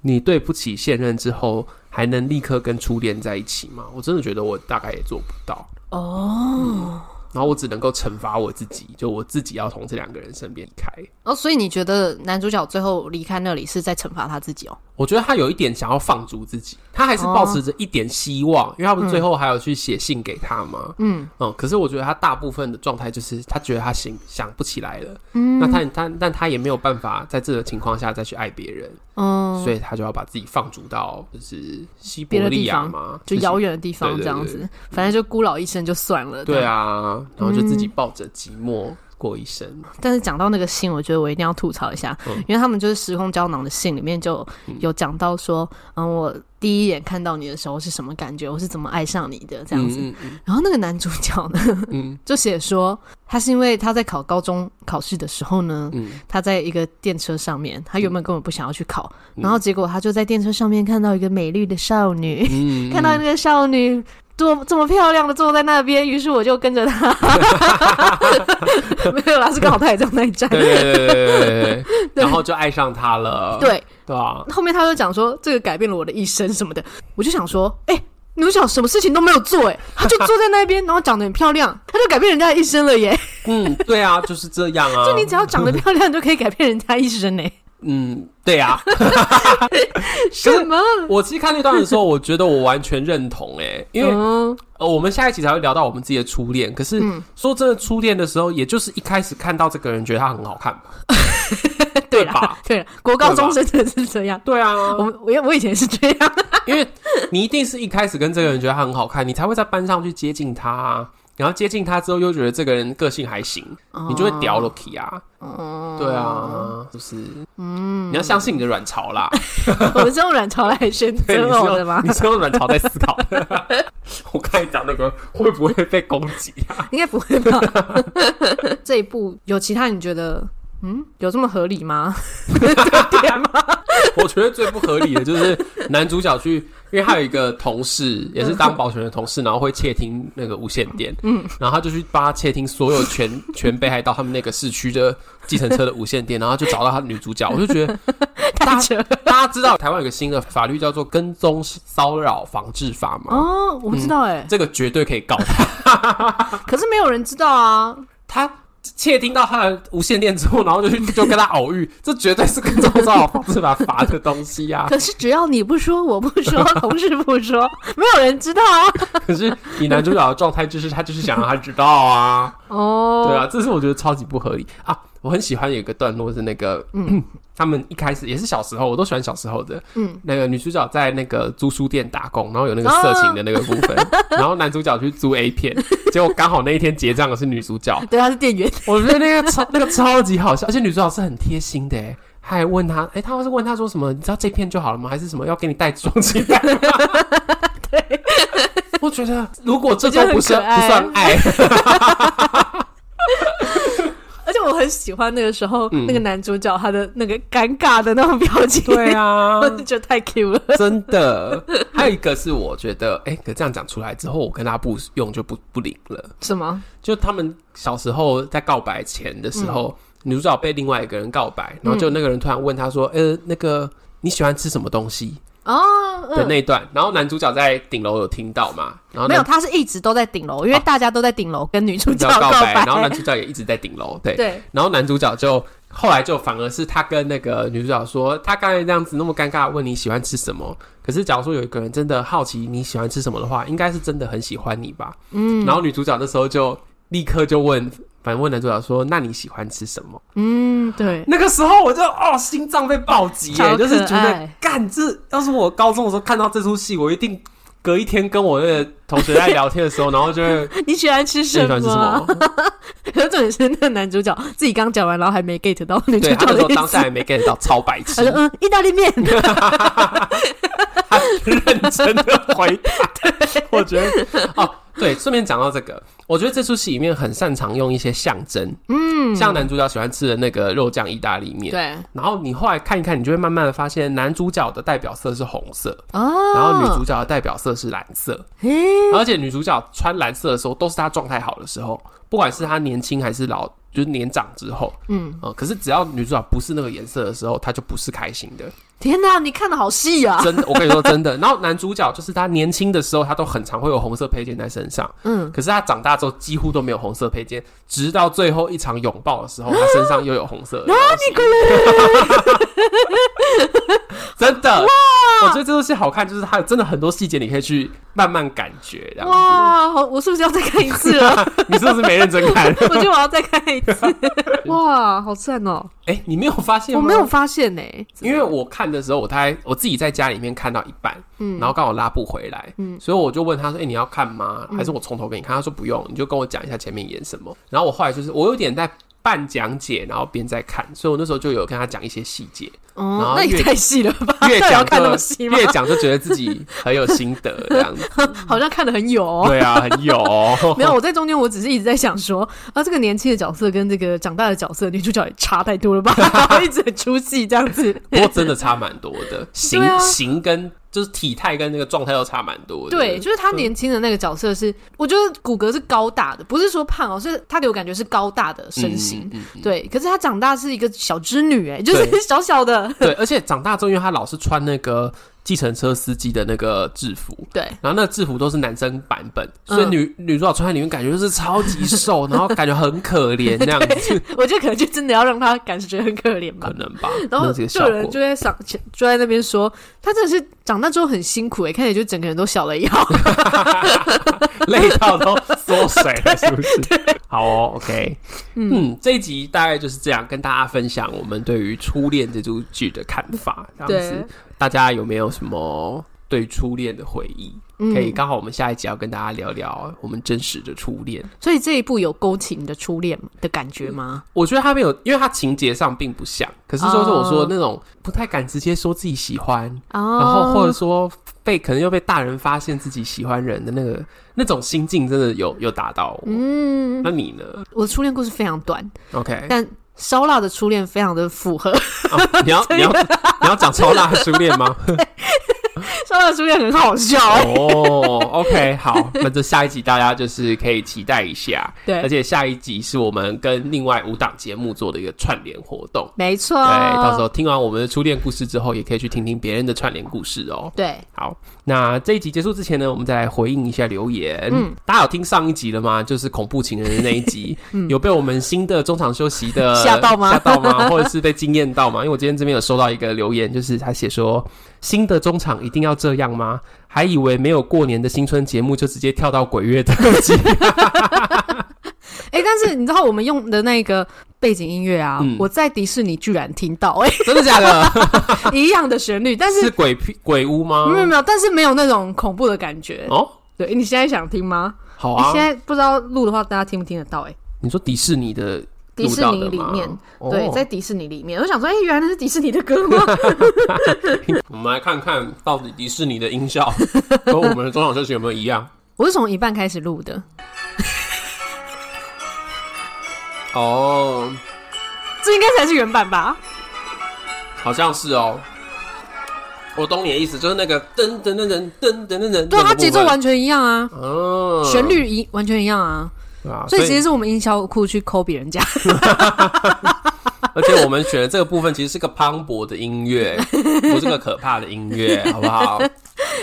Speaker 1: 你对不起现任之后，还能立刻跟初恋在一起吗？我真的觉得我大概也做不到。
Speaker 2: 哦，
Speaker 1: 嗯然后我只能够惩罚我自己，就我自己要从这两个人身边离开。
Speaker 2: 哦，所以你觉得男主角最后离开那里是在惩罚他自己哦？
Speaker 1: 我觉得他有一点想要放逐自己，他还是保持着一点希望，因为他们最后还有去写信给他嘛。
Speaker 2: 嗯
Speaker 1: 嗯，可是我觉得他大部分的状态就是他觉得他想想不起来了，嗯，那他他但他也没有办法在这个情况下再去爱别人，
Speaker 2: 嗯，
Speaker 1: 所以他就要把自己放逐到就是西伯
Speaker 2: 别的
Speaker 1: 利
Speaker 2: 地
Speaker 1: 亚
Speaker 2: 方
Speaker 1: 嘛，
Speaker 2: 就遥远的地
Speaker 1: 对
Speaker 2: 方
Speaker 1: 对
Speaker 2: 这样
Speaker 1: 对
Speaker 2: 子，反正就孤老一生就算了。
Speaker 1: 对，啊，然后就自己抱着寂寞过一生。
Speaker 2: 但是讲到那个信，我觉得我一定要吐槽一下，因为他们就是时空胶囊的信里面就有讲到说，嗯，我第一眼看到你的时候是什么感觉，我是怎么爱上你的这样子。
Speaker 1: 嗯嗯
Speaker 2: 然后那个男主角呢，
Speaker 1: 嗯
Speaker 2: 就写说他是因为他在考高中考试的时候呢，
Speaker 1: 嗯嗯
Speaker 2: 他在一个电车上面，他原本根本不想要去考，然后结果他就在电车上面看到一个美丽的少女，
Speaker 1: 嗯，
Speaker 2: 看到那个少女。多这么漂亮的坐在那边，于是我就跟着她， 没有啦，是刚好她也在那一站。
Speaker 1: 对对对对对对对，然后就爱上他了。
Speaker 2: 对，
Speaker 1: 对啊，
Speaker 2: 后面他就讲说这个改变了我的一生什么的，我就想说，哎、女主角什么事情都没有做、哎，她就坐在那 边，然后长得很漂亮，她就改变人家的一生了耶！
Speaker 1: 嗯，对啊，就是这样啊。
Speaker 2: 就你只要长得漂亮，就可以改变人家一生呢、
Speaker 1: 嗯，对啊，
Speaker 2: 什么？
Speaker 1: 我其实看那段的时候，我觉得我完全认同哎、因为、
Speaker 2: 嗯
Speaker 1: 呃，我们下一期才会聊到我们自己的初恋。可是、说真的，初恋的时候，也就是一开始看到这个人，觉得他很好看嘛，对吧
Speaker 2: 啦？，对了，国高中生真的是这样。
Speaker 1: 对啊，
Speaker 2: 我我也我以前也是这 样，
Speaker 1: 因为你一定是一开始跟这个人觉得他很好看，你才会在班上去接近他、啊，然后接近他之后又觉得这个人个性还行，
Speaker 2: 哦
Speaker 1: 你就会屌 l o k 啊，对啊，就是嗯，你要相信你的卵巢 啦，
Speaker 2: 我是用卵巢来选
Speaker 1: 对，
Speaker 2: 择哦
Speaker 1: 你
Speaker 2: 我
Speaker 1: 是
Speaker 2: 的吗
Speaker 1: 用你？是用卵巢在思 考的。我刚才讲那个会不会被攻击啊？
Speaker 2: 应该不会吧？这一部有其他你觉得嗯有这么合理吗？这点吗？
Speaker 1: 我觉得最不合理的就是男主角去，因为他有一个同事也是
Speaker 2: 嗯
Speaker 1: 当保全的同事，然后会窃听那个无线电，嗯，然后他就去帮他窃听所有全全北海道他们那个市区的计程车的无线电，然后就找到他女主角，我就觉得
Speaker 2: 太扯了
Speaker 1: 大家知道台湾有个新的法律叫做《跟踪骚扰防治法》嘛，
Speaker 2: 哦！我不知道哎、
Speaker 1: 这个绝对可以告他，
Speaker 2: 可是没有人知道啊。
Speaker 1: 他。窃听到他的无线电之后，然后就去就跟他偶遇，这绝对是跟踪骚扰防治法罚的东西啊呀、
Speaker 2: 可是只要你不说，我不 说，同事不说，没有人知道啊。
Speaker 1: 可是以男主角的状态，就是他就是想让他知道啊，
Speaker 2: 哦，
Speaker 1: 对啊，这是我觉得超级不合理啊。我很喜欢有一个段落是那个， 他们一开始也是小时候，我都喜欢小时候的，
Speaker 2: 嗯
Speaker 1: 那个女主角在那个租书店打工，然后有那个色情的那个部 分，然后男主角去租 A 片，结果刚好那一天结账的是女主角，
Speaker 2: 对，他是店员，
Speaker 1: 我觉得那个超那个超级好笑，而且女主角是很贴心的欸，她还问他，哎、她要是问他说什么，你知道这片就好了吗？还是什么要给你带装气袋吗？ 我觉得如果这都不是
Speaker 2: 我觉
Speaker 1: 不
Speaker 2: 得很可爱
Speaker 1: 算爱，
Speaker 2: 而且我很喜欢那个时候、
Speaker 1: 嗯
Speaker 2: 那个男主角他的那个尴尬的那种表情，
Speaker 1: 对啊
Speaker 2: 我，就觉得太 Q 了。
Speaker 1: 真的。还有一个是我觉得，哎、可这样讲出来之后，我跟他不用就不不灵了。
Speaker 2: 什么？
Speaker 1: 就他们小时候在告白前的时候，女主角被另外一个人告白，然后就那个人突然问她说：“呃，那个你喜欢吃什么东西？”
Speaker 2: 哦，
Speaker 1: 的
Speaker 2: 嗯。
Speaker 1: 那一段，然后男主角在顶楼有听到嘛，然后
Speaker 2: 没
Speaker 1: 男
Speaker 2: 有，他是一直都在顶楼，因为大家都在顶楼跟女主
Speaker 1: 主
Speaker 2: 角
Speaker 1: 角哦告
Speaker 2: 白，
Speaker 1: 然后男主角也一直在顶楼，对，
Speaker 2: 对，
Speaker 1: 然后男主角就后来就反而是他跟那个女主角说，他刚才那样子那么尴尬地问你喜欢吃什么，可是假如说有一个人真的好奇你喜欢吃什么的话，应该是真的很喜欢你吧，嗯，然后女主角那时候就立刻就问。反问男主角说：“那你喜欢吃什么
Speaker 2: 嗯，对？”，
Speaker 1: 那个时候我就哦，心脏被暴击耶，
Speaker 2: 超
Speaker 1: 就是
Speaker 2: 可
Speaker 1: 觉得
Speaker 2: 爱
Speaker 1: 干这要是我高中的时候看到这出戏，我一定隔一天跟我那个同学在聊天的时 候，然后就会
Speaker 2: 你喜欢吃
Speaker 1: 喜
Speaker 2: 什么？
Speaker 1: 欢吃什么？
Speaker 2: 可是重点是那个男主角自己刚讲完，然后还没 get 到女主
Speaker 1: 对他
Speaker 2: 角
Speaker 1: 那时
Speaker 2: 的
Speaker 1: 候
Speaker 2: 意
Speaker 1: 当
Speaker 2: 思
Speaker 1: 下。还没 get 到，超白
Speaker 2: 他
Speaker 1: 痴
Speaker 2: 说：“，嗯，意大利面。
Speaker 1: 他认真的回 答。我觉得哦，对，顺便讲到这个，我觉得这出戏里面很擅长用一些象征，嗯，像男主角喜欢吃的那个肉酱意大利”面。
Speaker 2: 对
Speaker 1: 然后你后来看一看，你就会慢慢的发现，男主角的代表色是红色，
Speaker 2: 哦，
Speaker 1: 然后女主角的代表色是蓝色。
Speaker 2: 诶
Speaker 1: 而且女主角穿蓝色的时候，都是她状态好的时候，不管是她年轻还是老就是年长之后，
Speaker 2: 嗯，
Speaker 1: 呃，可是只要女主角不是那个颜色的时候，她就不是开心的，
Speaker 2: 天哪，你看的好 细啊！
Speaker 1: 真的，我跟你说真的。然后男主角就是他年轻的时候，他都很常会有红色配件在身上，
Speaker 2: 嗯，
Speaker 1: 可是他长大之后几乎都没有红色配件，直到最后一场拥抱的时候，他身上又有红色的
Speaker 2: 啊
Speaker 1: 东西。 真的，我觉得这部戏好看，就是它有真的很多细节，你可以去慢慢感觉。这样子，
Speaker 2: 哇，好，我是不是要再看一次 了？
Speaker 1: 你是不是没认真 看？
Speaker 2: 我觉得我要再看一 次。哇，好赞哦！
Speaker 1: 哎、你没有发现
Speaker 2: 我
Speaker 1: 吗？
Speaker 2: 没有发现呢、欸
Speaker 1: 因为我看的时候，我大概我自己在家里面看到一半，
Speaker 2: 嗯
Speaker 1: 然后刚好拉不回来，
Speaker 2: 嗯
Speaker 1: 所以我就问他说：“哎、你要看吗？还是我从头给你看？”他说：“不用，你就跟我讲一下前面演什么。”然后我后来就是我有点在半讲解，然后边在看，所以我那时候就有跟他讲一些细 节，然
Speaker 2: 哦
Speaker 1: 后，
Speaker 2: 那也
Speaker 1: 越
Speaker 2: 太细了吧？
Speaker 1: 越
Speaker 2: 到底要
Speaker 1: 讲
Speaker 2: 看那么
Speaker 1: 就
Speaker 2: 细吗
Speaker 1: 越？讲就觉得自己很有心得这样子，
Speaker 2: 好像看的很有、哦。
Speaker 1: 对啊，很有 哦、
Speaker 2: 没有，我在中间，我只是一直在想说，啊，这个年轻的角色跟这个长大的角色女主角也差太多了吧？ 然后一直很出戏这样子。
Speaker 1: 不过真的差蛮多的，形、
Speaker 2: 对啊
Speaker 1: 形跟就是体态跟那个状态都差蛮多的，
Speaker 2: 对，就是他年轻的那个角色是，我觉得骨骼是高大的，不是说胖哦，是他给我感觉是高大的身形。
Speaker 1: 嗯嗯嗯
Speaker 2: 对，可是他长大是一个小织女、哎，就是
Speaker 1: 对
Speaker 2: 小小的。
Speaker 1: 对，而且长大之后，因为他老是穿那个计程车司机的那个制服，
Speaker 2: 对，
Speaker 1: 然后那个制服都是男生版本，所以
Speaker 2: 嗯
Speaker 1: 女、女主角穿在里面感觉就是超级瘦，然后感觉很可怜那样 子，
Speaker 2: 我觉得可能就真的要让他感觉很可怜吧
Speaker 1: 可。能吧？
Speaker 2: 然后
Speaker 1: 那是个
Speaker 2: 就
Speaker 1: 效
Speaker 2: 有人
Speaker 1: 果
Speaker 2: 就。在想，就在那边说，他真的是长大之后很辛苦哎、看起来就整个人都小了一号。
Speaker 1: 累到都缩水了，是不 是？好哦，OK，嗯，这一集大概就是这样，跟大家分享我们对于《初恋》这部剧的看法。这样
Speaker 2: 对
Speaker 1: 子，大家有没有什么对初恋的回忆？
Speaker 2: 嗯
Speaker 1: 可以，刚好我们下一集要跟大家聊聊我们真实的初恋。
Speaker 2: 所以这一部有勾起你的初恋的感觉吗？
Speaker 1: 我觉得他没有，因为他情节上并不像，可是就是我说
Speaker 2: 哦
Speaker 1: 那种不太敢直接说自己喜欢，
Speaker 2: 哦，
Speaker 1: 然后或者说被可能又被大人发现自己喜欢人的那个那种心境，真的有有打到我。
Speaker 2: 嗯，
Speaker 1: 那你呢
Speaker 2: 我的初恋故事非常短，
Speaker 1: ？OK，
Speaker 2: 但烧腊的初恋非常的符 合，
Speaker 1: 哦，你要你要你要讲超辣的初恋吗？
Speaker 2: 烧腊的初恋很 好笑。
Speaker 1: 哦，OK，好，那这下一集大家就是可以期待一下， 而
Speaker 2: 对，
Speaker 1: 且下一集是我们跟另外五档节目做的一个串联活动。
Speaker 2: 没错。
Speaker 1: 对，哎到时候听完我们的初恋故事之后，也可以去听听别人的串联故事哦。
Speaker 2: 对，
Speaker 1: 好，那这一集结束之前呢，我们再来回应一下留言。嗯，大家有听上一集了吗？就是恐怖情人的那一 集，有被我们新的中场休息的
Speaker 2: 嗯吓到吗
Speaker 1: 吓到吗？或者是被惊艳到吗？因为我今天这边有收到一个留言，就是他写说，新的中场一定要这样吗？还以为没有过年的新春节目就直接跳到鬼月特 辑，
Speaker 2: 哎、但是你知道我们用的那个背景音乐啊，
Speaker 1: 嗯
Speaker 2: 我在迪士尼居然听到， 哎、
Speaker 1: 真的假的？
Speaker 2: 一样的旋律，但 是嗯
Speaker 1: 是鬼屁鬼屋吗？
Speaker 2: 没有没有，但是没有那种恐怖的感觉。
Speaker 1: 哦，
Speaker 2: 对，你现在想听吗？
Speaker 1: 好
Speaker 2: 你
Speaker 1: 啊
Speaker 2: 现。在不知道录的话，大家听不听得到、哎，
Speaker 1: 你说迪士尼的
Speaker 2: 迪士尼里面，
Speaker 1: 哦
Speaker 2: 对，在迪士尼里面，我想说，哎、原来那是迪士尼的歌吗？
Speaker 1: 我们来看看到底迪士尼的音效 和我们的中场休息有没有一样。
Speaker 2: 我是从一半开始录的，
Speaker 1: 哦，
Speaker 2: 这应该才是原版吧？
Speaker 1: 好像是哦。我懂你的意思，就是那个噔噔噔噔噔噔噔噔，
Speaker 2: 对啊，它节奏，完全一样啊，
Speaker 1: 嗯，
Speaker 2: 旋律一完全一样啊，
Speaker 1: 对啊，
Speaker 2: 所以直接是我们营销库去抠别人家。
Speaker 1: 而且我们选的这个部分其实是个磅礴的音乐，不是个可怕的音 乐，好不好？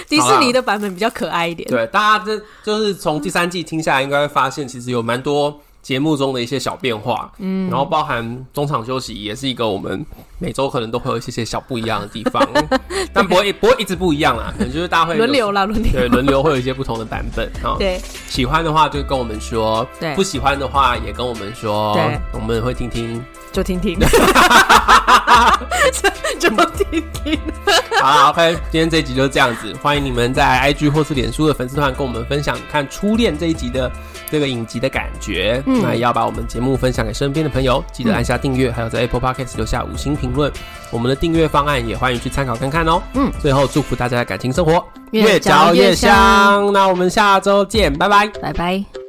Speaker 2: 迪士尼的版本比较可爱一点。
Speaker 1: 对，大家这就是从第三季听下来，应该会发现其实有蛮多节目中的一些小变化，嗯，然后包含中场休息也是一个我们每周可能都会有一些些小不一样的地 方，但不会不会一直不一样啦，可能就是大家会有
Speaker 2: 轮流啦，轮流。
Speaker 1: 对轮流会有一些不同的版本啊。
Speaker 2: 对，
Speaker 1: 喜欢的话就跟我们说，
Speaker 2: 对
Speaker 1: 不喜欢的话也跟我们说
Speaker 2: 对，
Speaker 1: 我们会听听。
Speaker 2: 就听 听，就听听。
Speaker 1: 好啦 OK，今天这一集就这样子，欢迎你们在 IG 或是脸书的粉丝团跟我们分享看《初恋》这一集的这个影集的感觉。
Speaker 2: 嗯
Speaker 1: 那也要把我们节目分享给身边的朋友，记得按下订阅，还有在 Apple Podcast 留下五星评论。我们的订阅方案也欢迎去参考看看哦、
Speaker 2: 嗯，
Speaker 1: 最后祝福大家的感情生活
Speaker 2: 越嚼越香
Speaker 1: 那我们下周见，拜拜。
Speaker 2: 拜拜。